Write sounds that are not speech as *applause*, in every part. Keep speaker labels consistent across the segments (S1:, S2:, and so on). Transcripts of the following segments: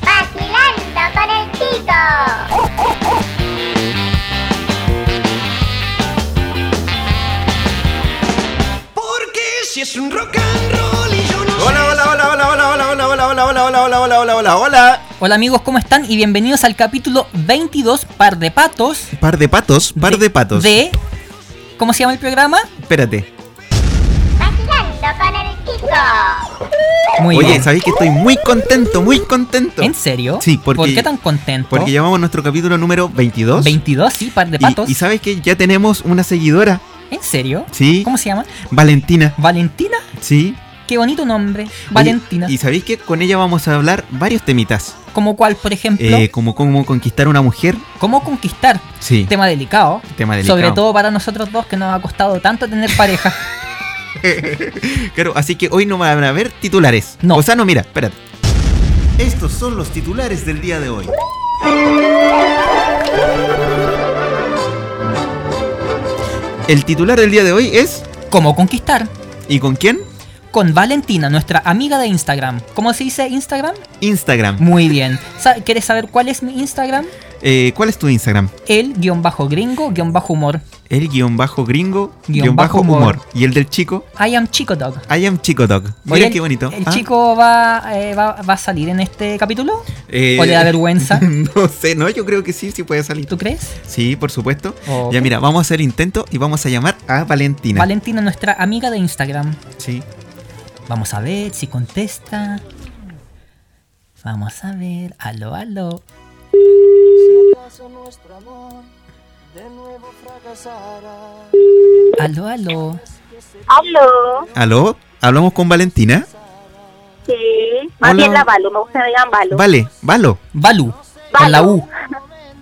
S1: Vacilando con el chico.
S2: Porque si es un rock and roll y yo no
S3: Hola, hola, hola, hola, hola, hola, hola, hola, hola, hola, hola, hola, hola, hola, hola, hola.
S4: Hola amigos, ¿cómo están? Y bienvenidos al capítulo 22, par de patos.
S5: Par de patos, par de, patos.
S4: De... ¿Cómo se llama el programa?
S5: Espérate.
S1: Vacilando con el chico.
S4: Muy
S5: Oye,
S4: bien.
S5: ¿sabéis que estoy muy contento, muy contento?
S4: ¿En serio?
S5: Sí, porque-
S4: ¿Por qué tan contento?
S5: Porque llevamos nuestro capítulo número 22.
S4: 22, sí, par de
S5: Y-
S4: patos.
S5: Y, sabes que ya tenemos una seguidora,
S4: ¿En serio?
S5: ¿sí?
S4: ¿Cómo se llama?
S5: Valentina,
S4: ¿Valentina?
S5: ¿sí?
S4: Qué bonito nombre.
S5: Oye,
S4: Valentina.
S5: Y sabéis que con ella vamos a hablar varios temitas.
S4: ¿Como cuál, por ejemplo?
S5: Eh, como cómo conquistar una mujer.
S4: ¿Cómo conquistar?
S5: Sí.
S4: Tema delicado.
S5: Tema delicado.
S4: Sobre todo para nosotros dos que nos ha costado tanto tener
S5: *laughs*
S4: pareja.
S5: Claro, así que hoy no van a haber titulares.
S4: No.
S5: O sea, no, mira, espérate.
S3: Estos son los titulares del día de hoy.
S5: El titular del día de hoy es.
S4: ¿Cómo conquistar?
S5: ¿Y con quién?
S4: Con Valentina, nuestra amiga de Instagram. ¿Cómo se dice Instagram?
S5: Instagram.
S4: Muy bien. Sa- ¿Quieres saber cuál es mi Instagram?
S5: Eh, ¿Cuál es tu Instagram?
S4: El guión bajo gringo guión bajo humor.
S5: El guión bajo gringo,
S4: Guión
S5: guión, bajo
S4: bajo
S5: humor.
S4: humor.
S5: Y el del chico,
S4: I am Chico Dog.
S5: I am Chico Dog.
S4: Oye,
S5: Mira
S4: el-
S5: qué bonito.
S4: ¿El
S5: Ah,
S4: chico va, eh, va, va a salir en este capítulo?
S5: eh,
S4: ¿O
S5: *laughs*
S4: le da vergüenza?
S5: no sé, no, yo creo que sí, sí puede salir.
S4: ¿Tú Oh. crees?
S5: Sí, por supuesto.
S4: Ok.
S5: Ya mira, vamos a hacer intento y vamos a llamar a Valentina.
S4: Valentina, nuestra amiga de Instagram.
S5: Sí.
S4: Vamos a ver si contesta. Vamos a ver. Aló, aló. Aló, aló.
S6: Aló,
S5: ¿Aló? ¿Hablamos con Valentina?
S6: sí. Más
S5: Hola.
S6: bien la Valo, me gusta que me digan Valo.
S5: Vale, Valo,
S4: Balu. Con la U.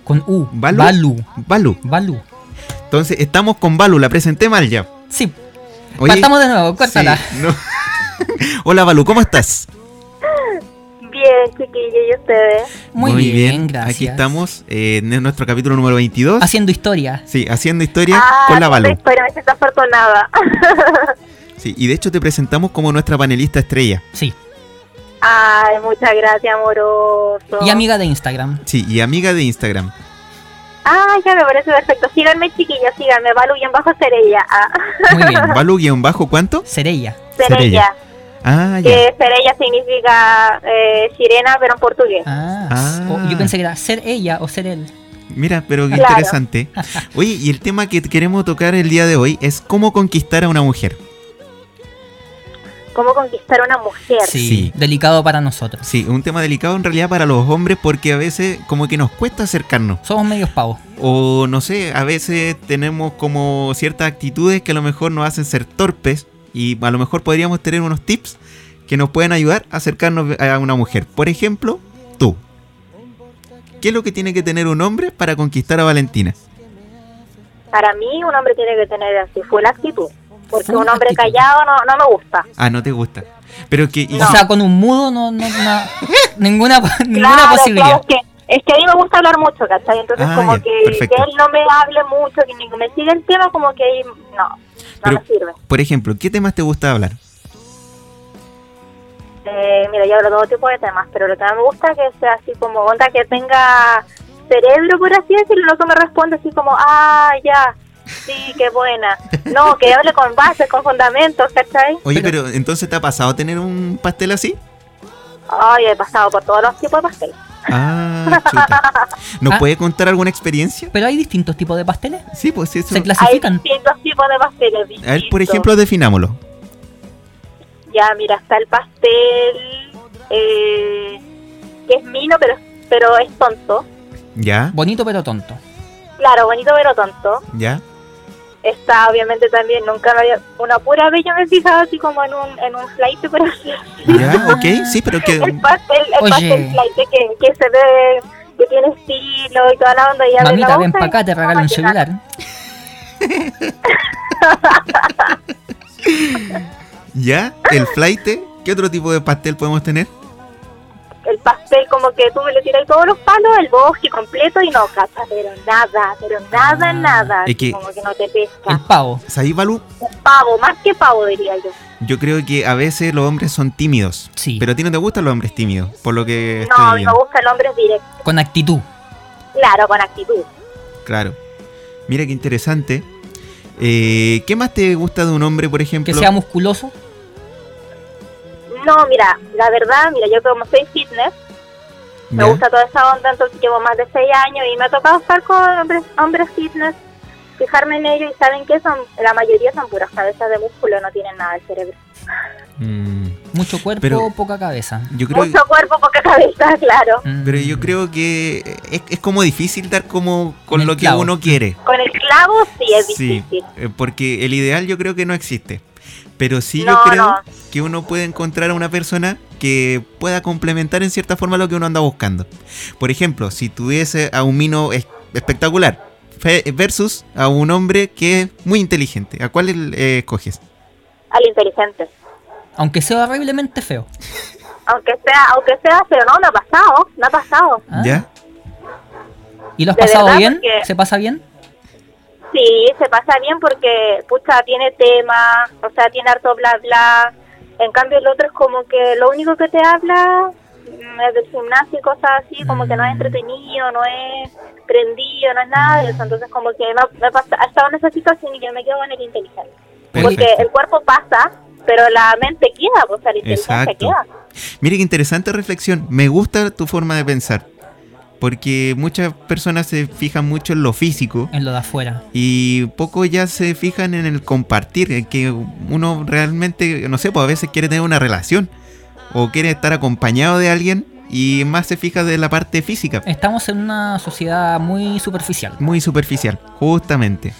S4: Con U.
S5: Balu.
S4: Balu.
S5: Balu.
S4: Balu.
S5: Entonces, estamos con Balu, la presenté mal ya.
S4: Sí.
S5: Oye,
S4: Partamos de nuevo, córtala.
S5: sí, no. *laughs* Hola, Balu, ¿cómo estás?
S6: Bien, chiquillo, ¿y ustedes?
S4: *laughs* Muy, bien, gracias.
S5: Aquí estamos eh, en nuestro capítulo número 22.
S4: Haciendo historia.
S5: Sí, haciendo historia
S6: Ah,
S5: con la
S6: tanta
S5: Balu.
S6: historia, me siento afortunada.
S5: Sí, y de hecho te presentamos como nuestra panelista estrella.
S4: Sí.
S6: Ay, muchas gracias, amoroso.
S4: Y amiga de Instagram.
S5: Sí, y amiga de Instagram.
S6: Ay, ya me parece perfecto. Síganme, chiquillos, síganme. Valo bien bajo Cerella. Ah,
S4: Muy
S5: *laughs*
S4: bien.
S5: Balu guión bajo, ¿cuánto?
S4: Serella.
S6: Cerella.
S5: Cerella. Ah, ya.
S4: Eh,
S6: Que Cerella significa eh, sirena, pero en portugués.
S4: Ah,
S5: Ah.
S4: o- yo pensé que era ser ella o ser él.
S5: Mira, pero qué
S6: Claro.
S5: interesante. Oye, y el tema que queremos tocar el día de hoy es cómo conquistar a una mujer.
S6: ¿Cómo conquistar a una mujer?
S4: Sí,
S5: Sí.
S4: Delicado para nosotros.
S5: Sí, un tema delicado en realidad para los hombres porque a veces como que nos cuesta acercarnos.
S4: Somos medios pavos.
S5: O no sé, a veces tenemos como ciertas actitudes que a lo mejor nos hacen ser torpes y a lo mejor podríamos tener unos tips que nos pueden ayudar a acercarnos a una mujer. Por ejemplo, tú. ¿Qué es lo que tiene que tener un hombre para conquistar a Valentina?
S6: Para mí, un hombre tiene que tener así, fue la actitud. Porque
S4: Full
S6: un hombre
S4: actitud.
S6: callado no, no me gusta.
S5: Ah, no te gusta. Pero que... y-
S4: O sea, con un mudo no, no,
S6: *laughs*
S4: no- ninguna, ninguna
S6: Claro,
S4: posibilidad.
S6: claro, es, que, es que a mí me gusta hablar mucho, ¿cachai? Entonces,
S5: Ah,
S6: como
S5: ya,
S6: que,
S5: perfecto.
S6: que él no me hable mucho, que ni me siga el tema, como que ahí no, no
S5: Pero-
S6: me sirve.
S5: Por ejemplo, ¿qué temas te gusta hablar?
S6: Eh, mira, yo hablo de todo tipo de temas, pero lo que más me gusta es que sea así como onda que tenga cerebro, por así decirlo, no que me responde así como, ah, ya, sí, qué buena. No, que hable con bases, con fundamentos, ¿cachai?
S5: Oye,
S4: Pero-
S5: pero, entonces te ha pasado tener un pastel así?
S6: Ay, he pasado por todos los tipos de pastel.
S5: Ah, chuta. ¿Nos
S4: Ah.
S5: puede contar alguna experiencia?
S4: Pero hay distintos tipos de pasteles.
S5: Sí, pues sí, eso.
S4: Se
S6: Hay
S4: clasifican.
S6: distintos tipos de pasteles.
S5: A ver, por
S6: distintos.
S5: ejemplo, definámoslo.
S6: Ya, mira, está el pastel eh, que es mino, pero, pero es tonto.
S5: Ya,
S4: Bonito pero tonto.
S6: Claro, bonito pero tonto.
S5: ya.
S6: Está obviamente también, nunca me había... Una pura vez yo me he fijado así como en un, en un flight, pero así.
S5: Ya, ok, sí, pero que.
S6: El pastel, el
S4: Oye.
S6: pastel flight que, que se ve, que tiene estilo y toda la onda. Y abre
S4: Mamita,
S6: la
S4: ven
S6: bolsa
S4: para
S6: y-
S4: acá, te regalo un celular.
S5: Ya, el flaite. ¿Qué otro tipo de pastel podemos tener?
S6: El pastel como que tú le tiras todos los palos, el bosque completo y no cacha, pero nada, pero nada,
S4: Ah,
S6: nada.
S5: es que-
S6: Como que no te pesca.
S4: El pavo.
S5: ¿Sabéis, Balú?
S6: Un pavo, más que pavo diría yo.
S5: Yo creo que a veces los hombres son tímidos.
S4: Sí.
S5: Pero a ti no te gustan los hombres tímidos, por lo que estoy
S6: No, a mí me
S5: viendo.
S6: gustan hombres directos.
S4: Con actitud.
S6: Claro, con actitud.
S5: Claro. Mira qué interesante. Eh, ¿Qué más te gusta de un hombre, por ejemplo?
S4: Que sea musculoso.
S6: No, mira, la verdad, mira, yo como soy fitness, me
S5: Ya.
S6: gusta toda esa onda, entonces llevo más de 6 años y me ha tocado estar con hombres, hombres fitness, fijarme en ellos y saben que son, la mayoría son puras cabezas de músculo, no tienen nada del cerebro.
S5: Mm,
S4: Mucho cuerpo,
S5: Pero-
S4: poca cabeza.
S5: yo creo
S6: Mucho cuerpo, poca cabeza, *laughs* claro.
S4: Mm.
S5: Pero yo creo que es, es como difícil dar como
S4: Con
S5: con
S4: el
S5: lo que
S4: clavo.
S5: uno quiere.
S6: Con el clavo sí es
S5: Sí,
S6: difícil.
S5: eh, porque el ideal yo creo que no existe. Pero sí yo
S6: No,
S5: creo
S6: no.
S5: que uno puede encontrar a una persona que pueda complementar en cierta forma lo que uno anda buscando. Por ejemplo, si tuviese a un mino es- espectacular fe- versus a un hombre que es muy inteligente, ¿a cuál el- eh, escoges?
S6: Al inteligente.
S4: Aunque sea horriblemente feo.
S6: Aunque sea, aunque sea, pero no, no ha pasado, no ha pasado.
S4: Ah.
S5: ¿Ya?
S4: ¿Y lo has
S6: De
S4: pasado
S6: verdad,
S4: bien?
S6: porque-
S4: ¿Se pasa bien?
S6: Sí, se pasa bien porque, pucha, tiene tema, o sea, tiene harto bla bla. En cambio, el otro es como que lo único que te habla mm, es del gimnasio y cosas así, como
S5: Mm.
S6: que no es entretenido, no es prendido, no es nada de eso. Entonces, como que me, me pasa, ha estado en esa situación y yo me quedo en el inteligente. Porque
S5: Perfecto.
S6: el cuerpo pasa, pero la mente queda, pues, o sea, la inteligencia
S5: Exacto.
S6: queda.
S5: Mire qué interesante reflexión. Me gusta tu forma de pensar. Porque muchas personas se fijan mucho en lo físico
S4: En lo de afuera.
S5: y poco ya se fijan en el compartir, en que uno realmente, no sé, pues a veces quiere tener una relación o quiere estar acompañado de alguien y más se fija de la parte física,
S4: Estamos en una sociedad muy superficial.
S5: muy superficial, justamente.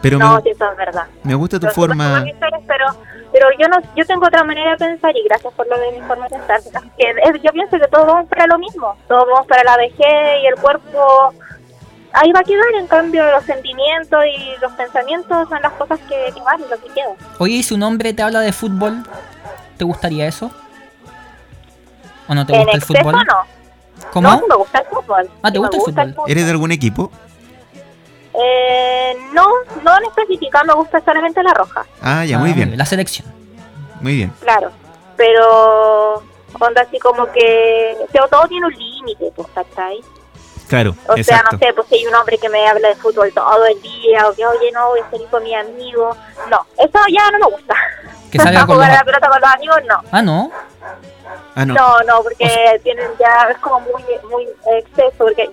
S5: Pero
S6: No,
S5: me,
S6: sí, eso es verdad.
S5: me gusta tu
S6: Los demás
S5: forma,
S6: supervisores, pero pero yo no yo tengo otra manera de pensar y gracias por lo de mi forma de pensar que es- yo pienso que todos vamos para lo mismo todos vamos para la vejez y el cuerpo ahí va a quedar en cambio los sentimientos y los pensamientos son las cosas que, que van y lo que queda
S4: Oye, ¿y si un hombre te habla de fútbol, ¿te gustaría eso? ¿O no te
S6: en
S4: gusta el
S6: exceso
S4: fútbol?
S6: no
S4: ¿Cómo?
S6: no me gusta el fútbol
S4: Ah, ¿te
S6: Sí,
S4: gusta el
S6: me gusta
S4: fútbol?
S5: ¿eres de algún equipo?
S6: Eh, no no en específico me gusta solamente la roja
S5: Ah, ya,
S4: Ah,
S5: muy bien,
S4: La selección.
S5: muy bien.
S6: Claro, pero onda así como que pero todo tiene un límite, pues, ¿cachai?
S5: Claro,
S6: O sea,
S5: exacto.
S6: no sé, pues si hay un hombre que me habla de fútbol todo el día, o que oye, no voy a salir con mi amigo, no, eso ya no me gusta.
S4: *laughs* Que
S6: *laughs*
S4: salga con los...
S6: jugar a la pelota con los amigos, no.
S4: Ah, no.
S5: Ah, no,
S6: No, no, porque tienen ya es como muy, muy exceso, porque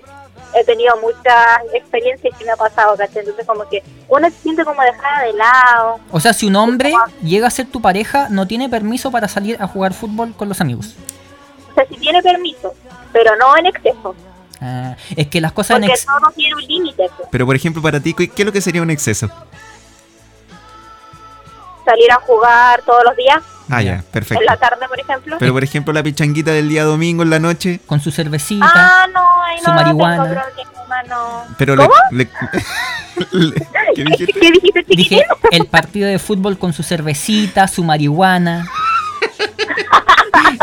S6: he tenido muchas experiencias que me ha pasado, ¿cachai? Entonces como que uno se siente como dejada de lado.
S4: O sea, si un hombre llega a ser tu pareja, no tiene permiso para salir a jugar fútbol con los amigos.
S6: O sea, si tiene permiso, pero no en exceso,
S4: Ah, es que las cosas en
S6: porque
S4: ex-
S6: todo tiene un límite, pues.
S5: pero por ejemplo para ti, ¿qué es lo que sería un exceso?
S6: salir a jugar todos los días,
S5: Ah,
S4: Ya.
S5: ya, perfecto.
S6: en la tarde, por ejemplo.
S5: Pero por ejemplo la pichanguita del día domingo en la noche,
S4: con su cervecita.
S6: ah, no, ahí
S4: su
S6: no, no
S4: marihuana.
S6: tengo problema, no.
S5: pero le- le- *laughs* le- ¿qué dijiste?
S6: ¿Qué dijiste, chiquitín?
S4: Dije, el partido de fútbol con su cervecita, su marihuana.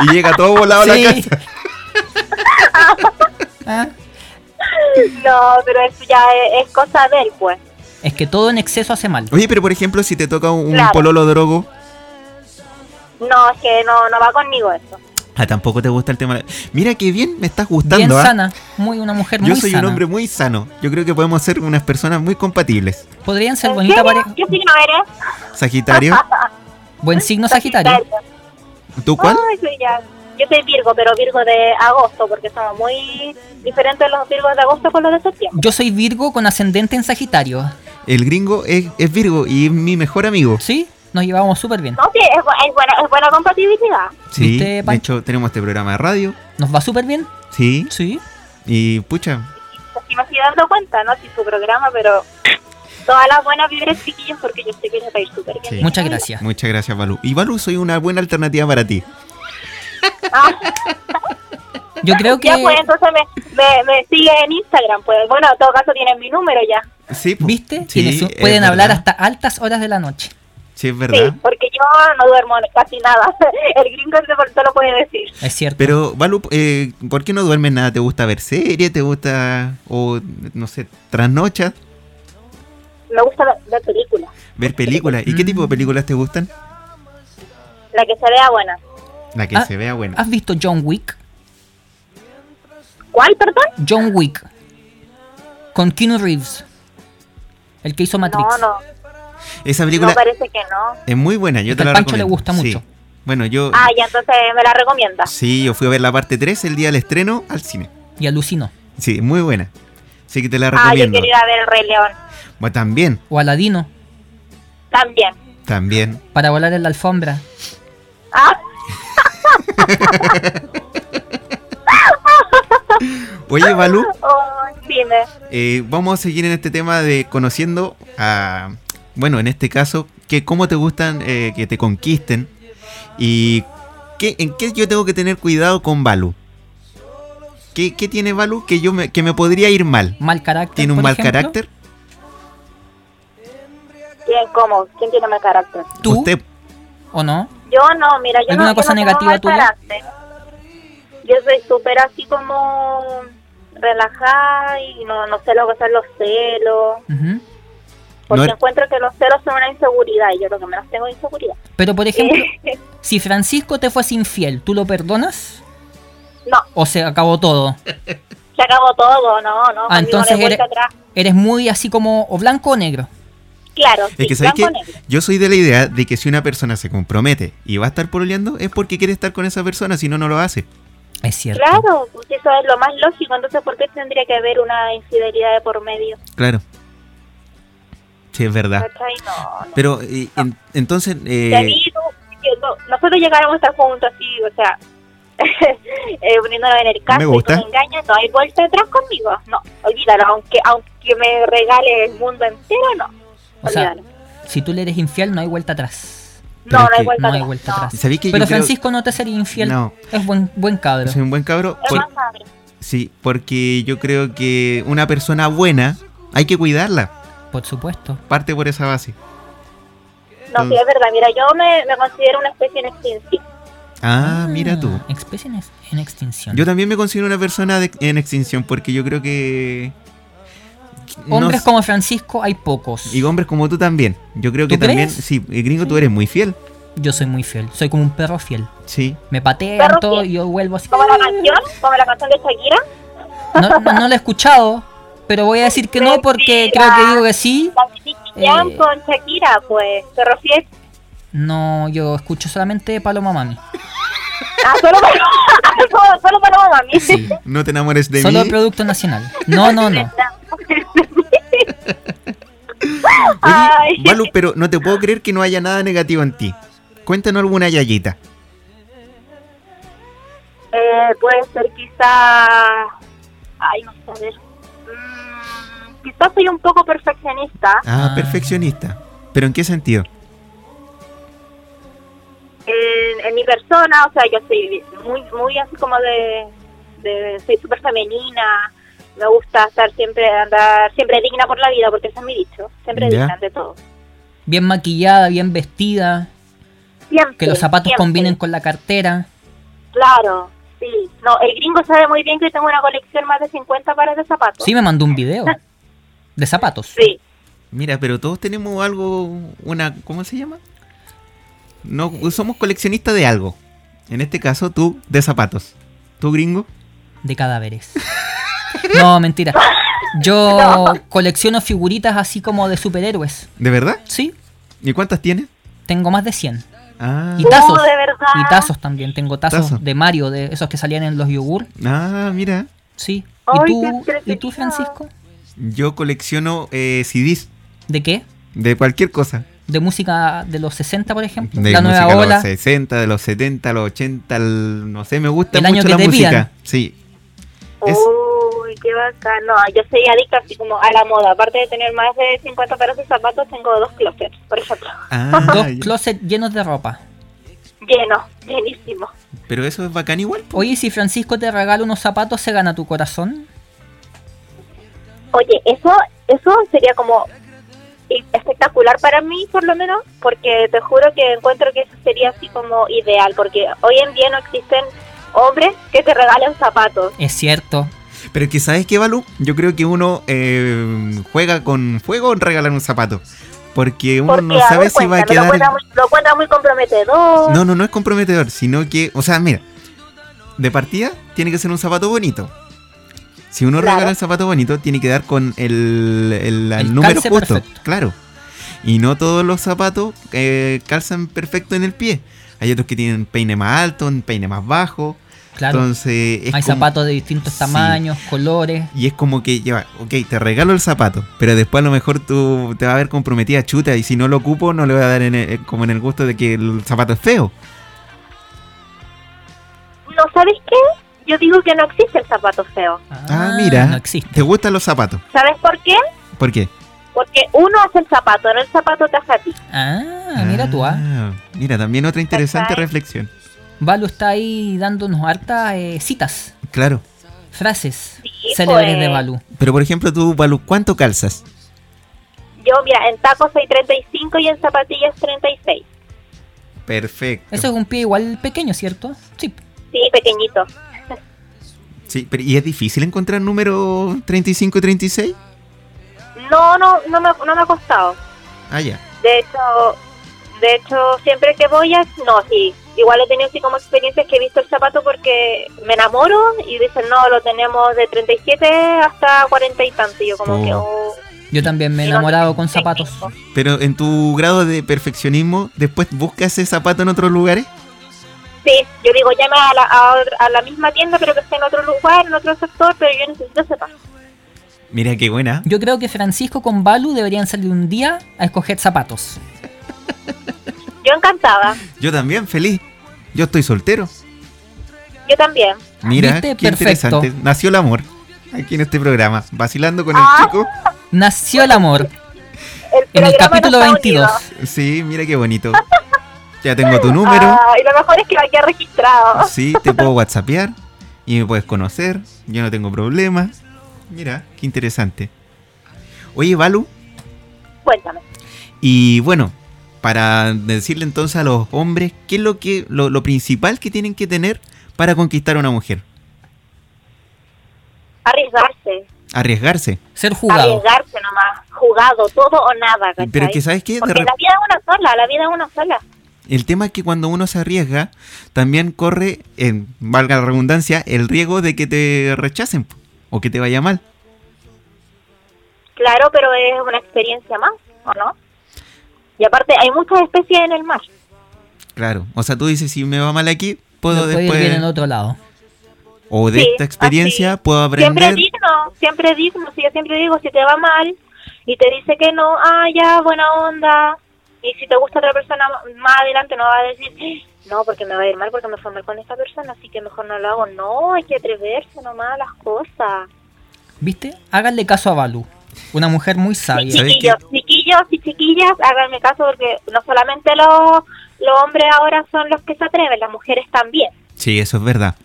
S5: y llega todo volado a la
S4: Sí.
S5: casa.
S4: *laughs* Ah,
S6: No, pero eso ya es, es cosa de él, pues.
S4: es que todo en exceso hace mal.
S5: Oye, pero por ejemplo, si te toca un
S6: Claro.
S5: pololo drogo,
S6: No, es que no, no va conmigo eso.
S5: ah, tampoco te gusta el tema. Mira qué bien me estás
S4: Bien
S5: gustando, ¿ah?
S4: sana, muy una mujer
S5: Yo
S4: muy
S5: soy un
S4: sana.
S5: hombre muy sano. Yo creo que podemos ser unas personas muy compatibles.
S4: Podrían ser
S6: ¿En
S4: bonita
S6: serio?
S4: pareja.
S6: ¿Qué signo eres? *laughs*
S5: Sagitario,
S4: Buen signo Sagitario.
S5: ¿tú cuál?
S6: Ay, soy ya Yo soy Virgo, pero Virgo de agosto, porque somos muy diferentes los Virgos de agosto con los de septiembre.
S4: Yo soy Virgo con ascendente en Sagitario.
S5: El gringo es, es Virgo y es mi mejor amigo.
S4: ¿Sí? Nos llevamos súper bien.
S6: No, sí, es, bu- es buena, es buena compatibilidad.
S5: Sí,
S4: ¿Viste,
S5: de
S4: Pan?
S5: hecho tenemos este programa de radio.
S4: ¿Nos va súper bien?
S5: Sí,
S4: Sí.
S5: y pucha,
S6: Así me estoy dando cuenta, ¿no? Si su programa, pero todas las buenas vibras, chiquillos, porque yo sé que les va a ir súper bien.
S5: Sí.
S4: Muchas gracias.
S5: muchas gracias, Balu. Y Balu, soy una buena alternativa para ti.
S6: Ah,
S4: Yo creo que...
S6: Ya, pues entonces me, me, me sigue en Instagram. pues Bueno, en todo caso tienen mi número ya.
S5: Sí, po.
S4: ¿Viste?
S5: Sí,
S4: Tienes un-
S5: es
S4: pueden hablar
S5: verdad.
S4: hasta altas horas de la noche.
S5: Sí, es
S6: Sí,
S5: verdad.
S6: porque yo no duermo casi nada. *laughs* El gringo de por lo puede decir.
S4: Es cierto.
S5: Pero, Balu, eh, ¿por qué no duermes nada? ¿Te gusta ver series? ¿Te gusta, o no sé, trasnochas?
S6: Me gusta ver, ver películas,
S5: ¿Ver películas? ¿Y qué
S4: Mm.
S5: tipo de películas te gustan?
S6: la que se vea buena.
S5: La que
S4: Ah,
S5: se vea buena.
S4: ¿Has visto John Wick?
S6: ¿Cuál, perdón?
S4: John Wick. Con Keanu Reeves. El que hizo Matrix.
S6: No, no,
S5: Esa
S6: no
S5: película
S6: parece que no.
S5: es muy buena, yo
S4: Es
S5: te
S4: que
S5: la
S4: al Pancho le gusta
S5: recomiendo. Sí.
S4: mucho.
S5: Bueno, yo
S6: Ah, ya entonces me la recomienda.
S5: sí, yo fui a ver la parte 3 el día del estreno al cine.
S4: Y alucinó.
S5: Sí, muy buena. Sí que te la
S6: Ah, yo
S5: recomiendo.
S6: quiero ir a ver El Rey León.
S5: Bueno, también,
S4: O Aladino.
S6: También. *laughs*
S5: también.
S4: Para volar en la alfombra.
S6: Ah,
S5: Oye, Balú,
S6: oh, dime.
S5: eh, vamos a seguir en este tema de conociendo a, bueno, en este caso, que cómo te gustan eh, que te conquisten y qué, en qué yo tengo que tener cuidado con Balú. ¿Qué, qué tiene Balú que yo me, que me podría ir mal?
S4: Mal carácter.
S5: ¿Tiene un
S4: por
S5: mal
S4: ejemplo.
S5: carácter?
S6: ¿Quién cómo? ¿Quién tiene mal carácter?
S4: ¿Tú
S5: Usted,
S4: o no?
S6: Yo no, mira, yo
S4: ¿Alguna
S6: no, yo
S4: cosa
S6: no tengo
S4: negativa
S6: mal
S4: tuya?
S6: carácter. Yo soy súper así como relajada y no, no sé lo que son los celos.
S4: Ujú.
S6: Porque
S5: No-
S6: encuentro que los celos son una inseguridad y yo lo que menos tengo es inseguridad.
S4: Pero por ejemplo, si Francisco te fuese infiel, ¿tú lo perdonas?
S6: *laughs* No,
S4: ¿O se acabó todo?
S6: se acabó todo, no, no.
S4: Ah,
S6: conmigo no
S4: entonces
S6: hay vuelta
S4: eres,
S6: atrás.
S4: eres muy así como o blanco o negro.
S6: Claro, sí,
S5: Es que sabes
S6: blanco
S5: que
S6: o negro.
S5: yo soy de la idea de que si una persona se compromete y va a estar pololeando es porque quiere estar con esa persona, si no, no lo hace.
S4: Es cierto.
S6: Claro, pues eso es lo más lógico. Entonces, ¿por qué tendría que haber una infidelidad de por medio?
S5: Claro. Sí, es verdad.
S6: ¿Cachai? No, no.
S5: Ah. Pero eh, en- entonces, eh,
S6: De ahí, no, yo no- nosotros llegáramos a estar juntos así, o sea, *laughs* eh, poniéndonos en el caso
S5: Me gusta.
S6: y tú me engañas, no hay vuelta atrás conmigo. No, olvídalo, aunque, aunque me regale el mundo entero, no.
S4: O sea,
S6: Olvídalo.
S4: si tú le eres infiel, no hay vuelta atrás.
S5: pero
S6: no,
S5: es
S6: no hay
S5: que
S6: vuelta
S4: no hay
S6: atrás.
S4: vuelta
S6: no.
S4: atrás.
S5: ¿sabéis que
S4: Pero
S5: yo creo-
S4: Francisco no te sería infiel.
S5: No.
S4: Es buen, buen cabro.
S5: soy un buen cabro?
S6: Es
S5: por-
S4: Pues,
S6: más madre.
S5: sí, porque yo creo que una persona buena hay que cuidarla.
S4: Por supuesto.
S5: Parte por esa base.
S6: No, sí, es verdad. Mira, yo me, me considero una especie en extinción.
S5: Ah, mira tú.
S4: Especie en, ex- en extinción.
S5: Yo también me considero una persona de- en extinción porque yo creo que... no
S4: Hombres
S5: sé-
S4: como Francisco hay pocos.
S5: Y hombres como tú también. Yo creo que
S4: ¿Tú
S5: también,
S4: crees?
S5: sí, eh, gringo, tú eres muy fiel.
S4: Yo soy muy fiel. Soy como un perro fiel.
S5: Sí.
S4: Me patean
S6: Perro
S4: todo
S6: fiel.
S4: y yo vuelvo así.
S6: Como la canción, como la canción de Shakira,
S4: No, no, no lo he escuchado. Pero voy a decir que no porque creo que digo que sí.
S6: la de Nicky Jam
S4: Eh.
S6: con Shakira, pues, se refiere
S4: No, yo escucho solamente Paloma Mami.
S6: a solo para, *laughs* solo, solo para mami.
S4: Sí.
S5: No te enamores de
S4: Solo
S5: mí.
S4: producto nacional. No, no, Ah, no.
S6: Ay.
S5: Oye, Balu, pero no te puedo creer que no haya nada negativo en ti. Cuéntanos alguna yayita.
S6: *laughs* Eh, puede ser quizá... Ay, no sé, a ver. Mm, quizás soy un poco perfeccionista.
S5: Ah,
S4: Ah.
S5: perfeccionista. ¿Pero en qué sentido?
S6: en, en mi persona, o sea, yo soy muy, muy así como de, de- soy súper femenina, me gusta estar siempre, andar siempre digna por la vida, porque ese es mi dicho, siempre
S5: Ya.
S6: digna de todo.
S4: Bien maquillada, bien vestida.
S6: Siempre,
S4: Que los zapatos
S6: siempre.
S4: combinen con la cartera.
S6: Claro, sí. No, el gringo sabe muy bien que tengo una colección más de 50 pares de zapatos.
S4: Sí, me mandó un video. De zapatos.
S6: Sí.
S5: Mira, pero todos tenemos algo, una, ¿cómo se llama? No, somos coleccionistas de algo. En este caso, tú, de zapatos. ¿Tú, gringo?
S4: de cadáveres. No, mentira.
S6: *laughs*
S4: Yo colecciono figuritas así como de superhéroes.
S5: ¿De verdad?
S4: Sí,
S5: ¿Y cuántas tienes?
S4: tengo más de 100.
S5: Ah,
S4: Y tazos.
S6: Uh, de verdad.
S4: Y tazos también. Tengo tazos
S5: Tazo.
S4: de Mario, de esos que salían en los yogur.
S5: ah, mira.
S4: Sí. ¿Y
S6: Ay, qué
S4: tú, ¿Y tú,
S6: entretenido.
S4: Francisco?
S5: Yo colecciono eh, CDs
S4: ¿De qué?
S5: de cualquier cosa.
S4: ¿De música de los 60, por ejemplo?
S5: De
S4: la
S5: música
S4: nueva
S5: de
S4: ola.
S5: los 60, de los 70, los 80, el- no sé, me gusta
S4: El
S5: mucho
S4: año que
S5: la
S4: te
S5: música.
S4: pidan.
S5: Sí. Es-
S6: Uy, qué bacán. No, yo soy adicta así como a la moda. Aparte de tener más de 50 pares de zapatos, tengo dos closets, por ejemplo.
S5: Ah,
S4: Dos
S5: ya.
S4: closets llenos de ropa.
S6: Lleno, llenísimo.
S5: pero eso es bacán igual. po.
S4: Oye, si Francisco te regala unos zapatos, ¿se gana tu corazón?
S6: Oye, eso, eso sería como i- espectacular para mí, por lo menos, porque te juro que encuentro que eso sería así como ideal, porque hoy en día no existen hombres que te regalen zapatos.
S4: Es cierto.
S5: Pero que sabes qué, Balú, yo creo que uno eh, juega con fuego en regalar un zapato. Porque uno
S6: Porque,
S5: no
S6: a
S5: sabe
S6: ver,
S5: si va a
S6: cuéntame, Lo
S5: quedar.
S6: encuentra muy, lo encuentra muy comprometedor.
S5: No, no, no es comprometedor, sino que, o sea, mira, de partida tiene que ser un zapato bonito. Si uno
S6: Claro.
S5: regala el zapato bonito, tiene que dar con el, el- al
S4: El
S5: número
S4: calce
S5: justo,
S4: perfecto.
S5: claro. Y no todos los zapatos eh, calzan perfecto en el pie. Hay otros que tienen peine más alto, un peine más bajo.
S4: Claro.
S5: Entonces, es
S4: Hay
S5: como-
S4: zapatos de distintos
S5: Sí.
S4: tamaños, colores.
S5: Y es como que lleva, ok, te regalo el zapato, pero después a lo mejor tú te va a ver comprometida chuta y si no lo ocupo no le voy a dar en el- como en el gusto de que el zapato es feo.
S6: ¿No sabes qué? Yo digo que no existe el zapato feo.
S5: Ah, mira.
S4: No existe.
S5: ¿Te gustan los zapatos?
S6: ¿Sabes por qué?
S5: ¿Por qué?
S6: Porque uno hace el zapato, no el zapato te hace a ti.
S4: Ah, mira tú, ah.
S5: Mira, también otra interesante
S6: ¿Cachai?
S5: reflexión.
S4: Valo está ahí dándonos hartas eh, citas,
S5: Claro.
S4: frases
S6: Sí,
S4: célebres
S6: pues.
S4: de Balu.
S5: Pero por ejemplo, tú, Balu, ¿cuánto calzas?
S6: Yo, mira, en tacos soy 35 y en zapatillas 36.
S5: Perfecto.
S4: Eso es un pie igual pequeño, ¿cierto? Sí.
S6: Sí, pequeñito.
S5: Sí, pero ¿y es difícil encontrar número 35 y 36?
S6: No, no, no me, no me ha costado.
S5: Ah, ya.
S6: De hecho, de hecho, siempre que voy a... No, sí. Igual he tenido así como experiencias que he visto el zapato porque me enamoro y dicen, no, lo tenemos de 37 hasta 40 y tanto. Y yo como
S5: Oh.
S6: que... oh,
S4: Yo también me he
S6: Sí,
S4: enamorado
S6: no,
S4: con zapatos.
S6: 35.
S5: Pero en tu grado de perfeccionismo, ¿después buscas ese zapato en otros lugares?
S6: Sí, yo digo, llame a la, a, otra- a la misma tienda, pero que esté en otro lugar, en otro sector, pero yo necesito ese zapato.
S5: Mira qué buena.
S4: Yo creo que Francisco con Balu deberían salir un día a escoger zapatos.
S6: Yo encantada,
S5: Yo también, feliz. Yo estoy soltero.
S6: yo también.
S5: Mira,
S4: ¿Viste?
S5: qué
S4: Perfecto.
S5: interesante. Nació el amor aquí en este programa. Vacilando con el
S6: Ah.
S5: chico.
S4: Nació el amor
S6: El
S4: en
S6: programa
S4: el
S6: no
S4: capítulo
S6: está
S4: 22.
S6: unido.
S5: Sí, mira qué bonito. Ya tengo tu número.
S6: Ah, y lo mejor es que lo haya registrado.
S5: Sí, te puedo whatsappear y me puedes conocer. Yo no tengo problemas. Mira, qué interesante. Oye, Balu,
S6: Cuéntame.
S5: y bueno, para decirle entonces a los hombres, ¿qué es lo, que, lo, lo principal que tienen que tener para conquistar a una mujer?
S6: Arriesgarse,
S5: Arriesgarse.
S4: Ser jugado.
S6: arriesgarse nomás. Jugado, todo o nada, ¿cachai?
S5: Pero es que, ¿sabes qué? De
S6: Porque
S5: rep-
S6: la vida es una sola, la vida es una sola.
S5: El tema es que cuando uno se arriesga, también corre, en, valga la redundancia, el riesgo de que te rechacen po, o que te vaya mal.
S6: Claro, pero es una experiencia más, ¿o no? Y aparte, hay muchas especies en el mar.
S5: Claro. O sea, tú dices, si me va mal aquí,
S4: Me
S5: puedo
S4: puede ir bien
S5: después...
S4: en otro lado.
S5: O de
S6: Sí,
S5: esta experiencia
S6: así.
S5: puedo
S6: Siempre
S5: aprender.
S6: digno, siempre digno. Si yo siempre digo, si te va mal y te dice que no, ah, ya, buena onda. Y si te gusta otra persona más adelante, no va a decir, "Eh, no, porque me va a ir mal, porque me fue mal con esta persona, así que mejor no lo hago. No, hay que atreverse nomás a las cosas.
S4: ¿Viste? Háganle caso a Balu. Una mujer muy
S6: Y
S4: sabia.
S5: ¿sabes qué?
S6: chiquillos, chiquillos y chiquillas, háganme caso, porque no solamente los, los hombres ahora son los que se atreven, las mujeres también.
S5: Sí, eso es verdad.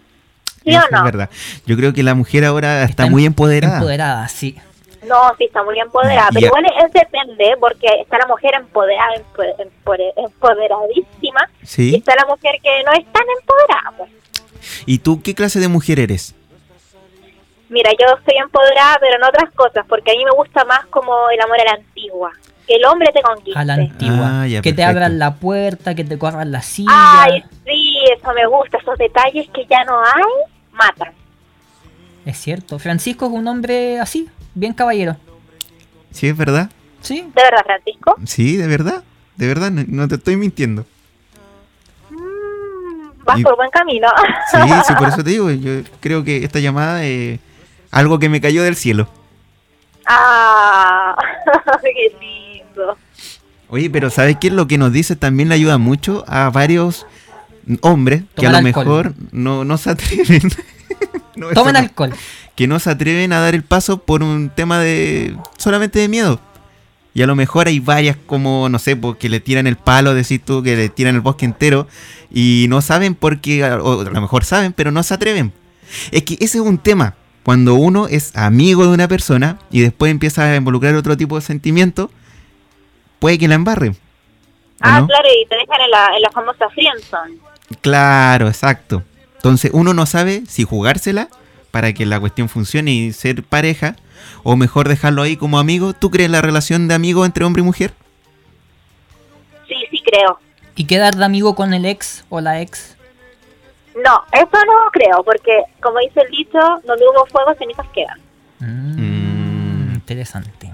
S6: ¿Sí o
S5: Eso es
S6: no?
S5: verdad. Yo creo que la mujer ahora está,
S4: en-
S5: muy empoderada.
S4: em- Empoderada, sí.
S6: No, sí, está muy empoderada.
S5: Ya.
S6: Pero igual es depende, porque está la mujer empoderada, empo- empore- empoderadísima, y
S5: Sí.
S6: está la mujer que no es tan empoderada. pues.
S5: ¿Y tú qué clase de mujer eres?
S6: Mira, yo soy empoderada, pero en otras cosas, porque a mí me gusta más como el amor a la antigua. Que el hombre te conquiste.
S4: A la antigua.
S5: Ah, ya,
S4: que te
S5: perfecto.
S4: abran la puerta, que te corran la silla.
S6: Ay, sí, eso me gusta, esos detalles que ya no hay, matan.
S4: Es cierto. Francisco es un hombre así, bien caballero.
S5: ¿Sí es verdad?
S4: ¿Sí?
S6: ¿De verdad, Francisco?
S5: Sí, de verdad. De verdad, no, no te estoy mintiendo.
S6: Mm, Vas
S5: Y-
S6: por buen camino.
S5: Sí, sí, por eso te digo, yo creo que esta llamada es algo que me cayó del cielo.
S6: *laughs* ah, *laughs* qué lindo.
S5: Oye, pero ¿sabes qué? Lo que nos dice también le ayuda mucho a varios hombres que a
S4: Tomar
S5: lo
S4: alcohol.
S5: mejor no, no se atreven. *laughs* No, eso
S4: Tomen
S5: no.
S4: alcohol.
S5: que no se atreven a dar el paso por un tema de solamente de miedo. Y a lo mejor hay varias como, no sé, porque le tiran el palo, decís tú, que le tiran el bosque entero y no saben porque, o a lo mejor saben, pero no se atreven. Es que ese es un tema. Cuando uno es amigo de una persona y después empieza a involucrar otro tipo de sentimientos, puede que la embarren. ¿o
S6: Ah,
S5: no?
S6: claro, y te dejan en la, en la famosa friendzone.
S5: Claro, exacto. Entonces uno no sabe si jugársela para que la cuestión funcione y ser pareja, o mejor dejarlo ahí como amigo. ¿Tú crees la relación de amigo entre hombre y mujer?
S6: Sí, sí creo.
S4: Y quedar de amigo con el ex o la ex.
S6: No, eso no creo, porque como dice el dicho, donde hubo fuego, cenizas quedan.
S4: Mm, Interesante.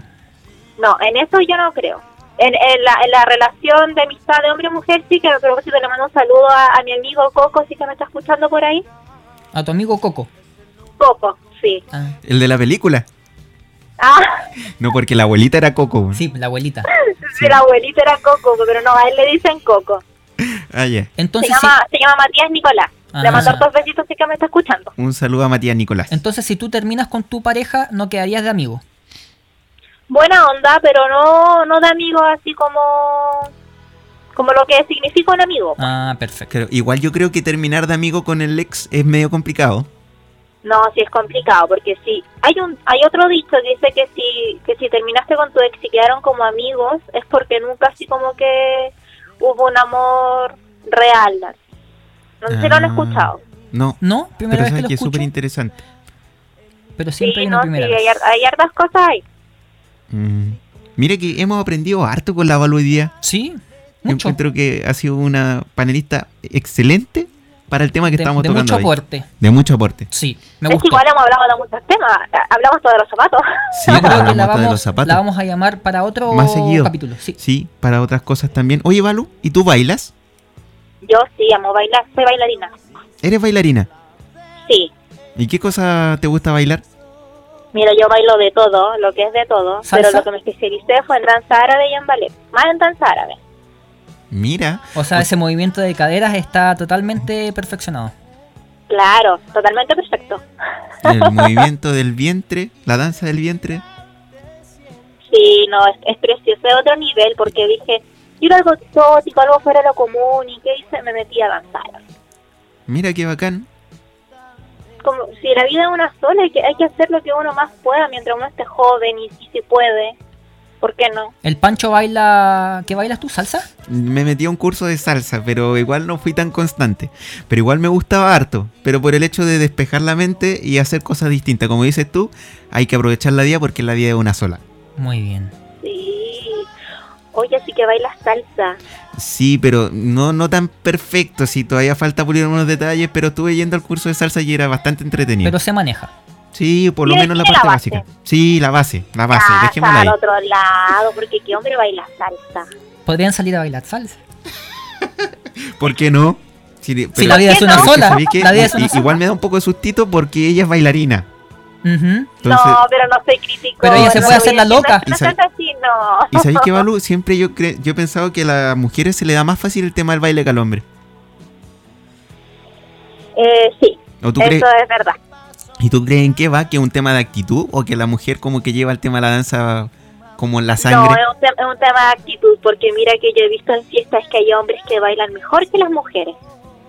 S6: No, en eso yo no creo. En, en la, en la relación de amistad de hombre y mujer, sí que a propósito le mando un saludo a, a mi amigo Coco, sí que me está escuchando por ahí.
S4: A tu amigo Coco.
S6: Coco, sí.
S4: Ah,
S5: El de la película.
S6: Ah, *laughs*
S5: No, porque la abuelita era Coco.
S4: sí, la abuelita.
S5: Sí.
S6: la abuelita era Coco, pero no, a él le dicen Coco.
S5: Ah, ya.
S6: Se,
S4: Entonces, si,
S6: llama, se llama Matías Nicolás.
S4: Ah.
S6: Le mando dos besitos, sí que me está escuchando.
S5: Un saludo a Matías Nicolás.
S4: entonces, si tú terminas con tu pareja, no quedarías de amigo.
S6: Buena onda, pero no, no de amigos así como... Como lo que significa un amigo.
S4: Ah, perfecto.
S5: Claro, igual yo creo que terminar de amigo con el ex es medio complicado.
S6: No, sí es complicado, porque si hay un hay otro dicho que dice que si que si terminaste con tu ex y quedaron como amigos es porque nunca así como que hubo un amor real. No sé si lo han
S5: Ah,
S6: escuchado.
S5: No,
S4: No, primera vez
S5: pero
S4: que
S5: sabes
S4: lo
S5: que es
S4: escucho,
S5: súper interesante.
S4: pero siempre
S6: Sí,
S4: hay una
S6: no, sí,
S4: primera
S6: hay,
S4: vez.
S6: har- hay hartas cosas ahí.
S5: Mire Mm. que hemos aprendido harto con la Valo hoy día.
S4: Sí, mucho.
S5: Encuentro Em, que ha sido una panelista excelente para el tema que
S4: de,
S5: estamos
S4: de
S5: tocando.
S4: mucho
S5: hoy.
S4: aporte.
S5: De mucho aporte.
S4: Sí, me
S6: es que
S4: gustó.
S6: igual hemos hablado de muchos temas. Ha- Hablamos todo de los zapatos.
S5: Sí,
S4: Yo creo
S5: hablamos
S4: que la
S5: hasta de los
S4: vamos,
S5: zapatos.
S4: la vamos a llamar para otro
S5: Más seguido.
S4: capítulo. Sí.
S5: Sí, para otras cosas también. Oye, Balu, ¿y tú bailas?
S6: Yo sí amo bailar, soy bailarina.
S5: ¿Eres bailarina?
S6: Sí.
S5: ¿Y qué cosa te gusta bailar?
S6: Mira, yo bailo de todo, lo que es de todo,
S4: ¿Salsa?
S6: pero lo que me especialicé fue en danza árabe y en ballet. Más en danza árabe.
S5: Mira,
S4: O sea, ese movimiento de caderas está totalmente perfeccionado.
S6: Claro, totalmente perfecto.
S4: *laughs*
S5: el movimiento del vientre, la danza del vientre.
S6: Sí, no, es, es precioso, es otro nivel, porque dije, quiero algo exótico, algo fuera de lo común, y qué hice, me metí a danzar.
S5: Mira qué bacán.
S6: Como, si la vida es una sola, hay que, hay que hacer lo que uno más pueda mientras uno esté joven y si se puede, ¿por qué no?
S4: El Pancho baila. ¿Qué bailas tú? ¿Salsa?
S5: Me metí a un curso de salsa, pero igual no fui tan constante. Pero igual me gustaba harto. Pero por el hecho de despejar la mente y hacer cosas distintas, como dices tú, hay que aprovechar la vida porque la vida es una sola.
S4: Muy bien.
S6: Sí. Oye, así que bailas salsa.
S5: Sí, pero no, no tan perfecto. Si todavía falta pulir unos detalles, pero estuve yendo al curso de salsa y era bastante entretenido.
S4: Pero se maneja.
S5: sí, por lo
S6: Mira,
S5: menos la
S6: tiene la
S5: parte
S6: base.
S5: básica. Sí, la base, la base.
S6: Ah,
S5: Dejémosla
S6: al
S5: ahí.
S6: otro lado, porque qué hombre baila salsa.
S4: Podrían salir a bailar salsa.
S5: ¿Por qué no? Sí,
S4: Si
S5: pero-
S4: la vida es una
S6: ¿Por qué no?
S4: sola.
S5: ¿sabéis qué?
S4: La vida es una
S5: I-
S4: sola.
S5: Igual me da un poco de sustito porque ella es bailarina.
S4: Ujú.
S5: Entonces,
S6: no, pero no soy crítico.
S4: Pero ella se
S6: no
S4: puede
S6: lo
S4: hacer
S6: voy
S4: la
S6: a decir,
S4: loca.
S6: No,
S5: Y sabe-
S6: no seas así, no.
S5: ¿y sabéis qué, Balu? Siempre yo, cre- yo he pensado que a las mujeres se le da más fácil el tema del baile que al hombre.
S6: Eh, sí,
S5: ¿O tú crees,
S6: eso es verdad.
S5: ¿Y tú crees en qué va? ¿Que es un tema de actitud o que la mujer como que lleva el tema de la danza como en la sangre?
S6: No, es un, tem- es un tema de actitud, porque mira que yo he visto en fiestas que hay hombres que bailan mejor que las mujeres.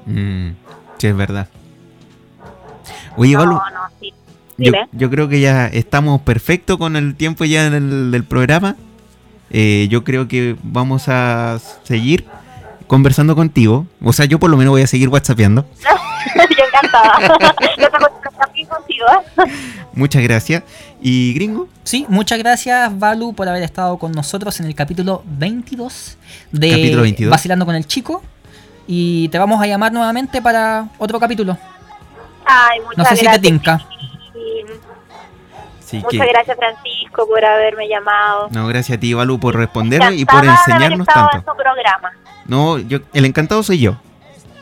S5: Mm, sí, es verdad. Oye,
S6: no,
S5: Balu,
S6: no, sí.
S5: yo,
S6: Dime. *laughs*
S5: yo creo que ya estamos perfecto con el tiempo ya del, del programa. Eh, yo creo que vamos a seguir conversando contigo. O sea, yo por lo menos voy a seguir whatsappeando.
S6: yo encantada. *laughs* yo tengo que contigo. ¿eh?
S5: Muchas gracias. Y gringo,
S4: Sí, muchas gracias, Valu, por haber estado con nosotros en el capítulo 22 de
S5: Capítulo 22.
S4: Vacilando con el Chico. Y te vamos a llamar nuevamente para otro capítulo.
S6: Ay, muchas
S4: No sé si
S6: gracias.
S4: te tinca.
S6: y
S5: sí
S6: Muchas
S5: que...
S6: gracias, Francisco, por haberme llamado.
S5: No, gracias a ti, Balu, por responder y por
S6: Encantada de haber
S5: enseñarnos
S6: estado
S5: tanto.
S6: en tu programa.
S5: No, yo, el encantado soy yo.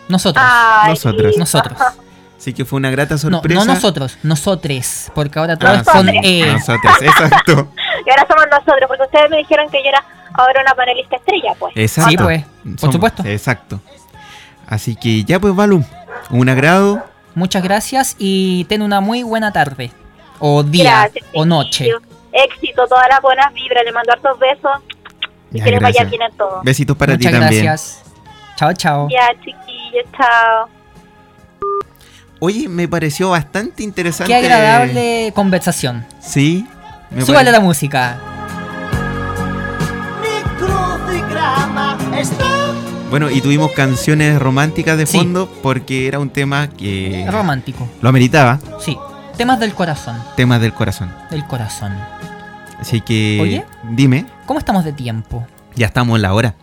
S4: Nosotros.
S6: Ay,
S5: Nosotras.
S4: Nosotros.
S5: Así que fue una grata
S4: No,
S5: sorpresa.
S4: no nosotros, nosotres. Porque ahora todos
S5: Ah,
S4: son
S5: sí,
S4: E.
S5: nosotras, exacto.
S6: Y ahora somos nosotros, porque ustedes me dijeron que yo era ahora una panelista estrella, pues.
S5: Exacto.
S4: Sí, pues, por supuesto.
S5: Exacto. Así que ya pues, Balum, un agrado.
S4: Muchas gracias y ten una muy buena tarde. O día.
S6: Gracias,
S4: o noche.
S6: chiquillos. Éxito, todas las buenas vibras. Le mando hartos besos. Y
S5: Ya,
S6: que les vaya
S5: gracias.
S6: bien en todo.
S5: Besitos para
S4: Muchas
S5: ti también.
S4: gracias. Chao, chao.
S6: Ya, chiquillos, chao.
S5: Oye, me pareció bastante interesante.
S4: Qué agradable conversación.
S5: Sí. me
S4: Súbale
S5: pare-
S4: la música.
S5: Bueno, y tuvimos canciones románticas de
S4: Sí.
S5: fondo porque era un tema que
S4: Romántico.
S5: lo ameritaba,
S4: Sí. Temas del corazón.
S5: temas del corazón.
S4: Del corazón.
S5: Así que
S4: Oye.
S5: dime,
S4: ¿Cómo estamos de tiempo?
S5: ya estamos en la hora.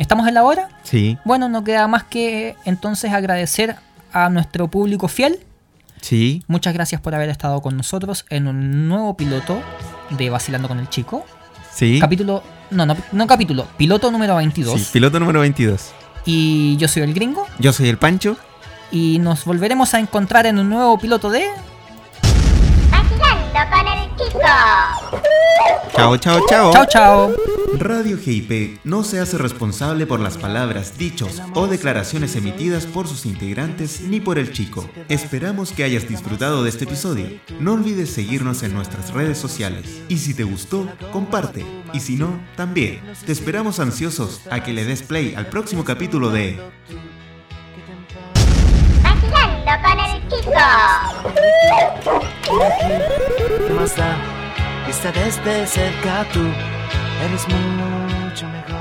S4: ¿Estamos en la hora?
S5: Sí,
S4: Bueno, no queda más que entonces agradecer a nuestro público fiel.
S5: sí,
S4: Muchas gracias por haber estado con nosotros en un nuevo piloto de Vacilando con el Chico.
S5: sí.
S4: Capítulo, no, no, no capítulo, piloto número 22.
S5: Sí, piloto número 22.
S4: y yo soy el gringo
S5: Yo soy el Pancho.
S4: y nos volveremos a encontrar en un nuevo piloto de...
S1: Vacilando con el chico.
S5: Chao, chao, chao.
S4: Chao, chao.
S3: Radio GIP no se hace responsable por las palabras, dichos o declaraciones emitidas por sus integrantes ni por el chico. Esperamos que hayas disfrutado de este episodio. No olvides seguirnos en nuestras redes sociales. Y si te gustó, comparte. Y si no, también. Te esperamos ansiosos a que le des play al próximo capítulo de
S1: Vacilando con el chico.
S7: ¿Qué más da? Vista desde cerca tú eres mucho mejor.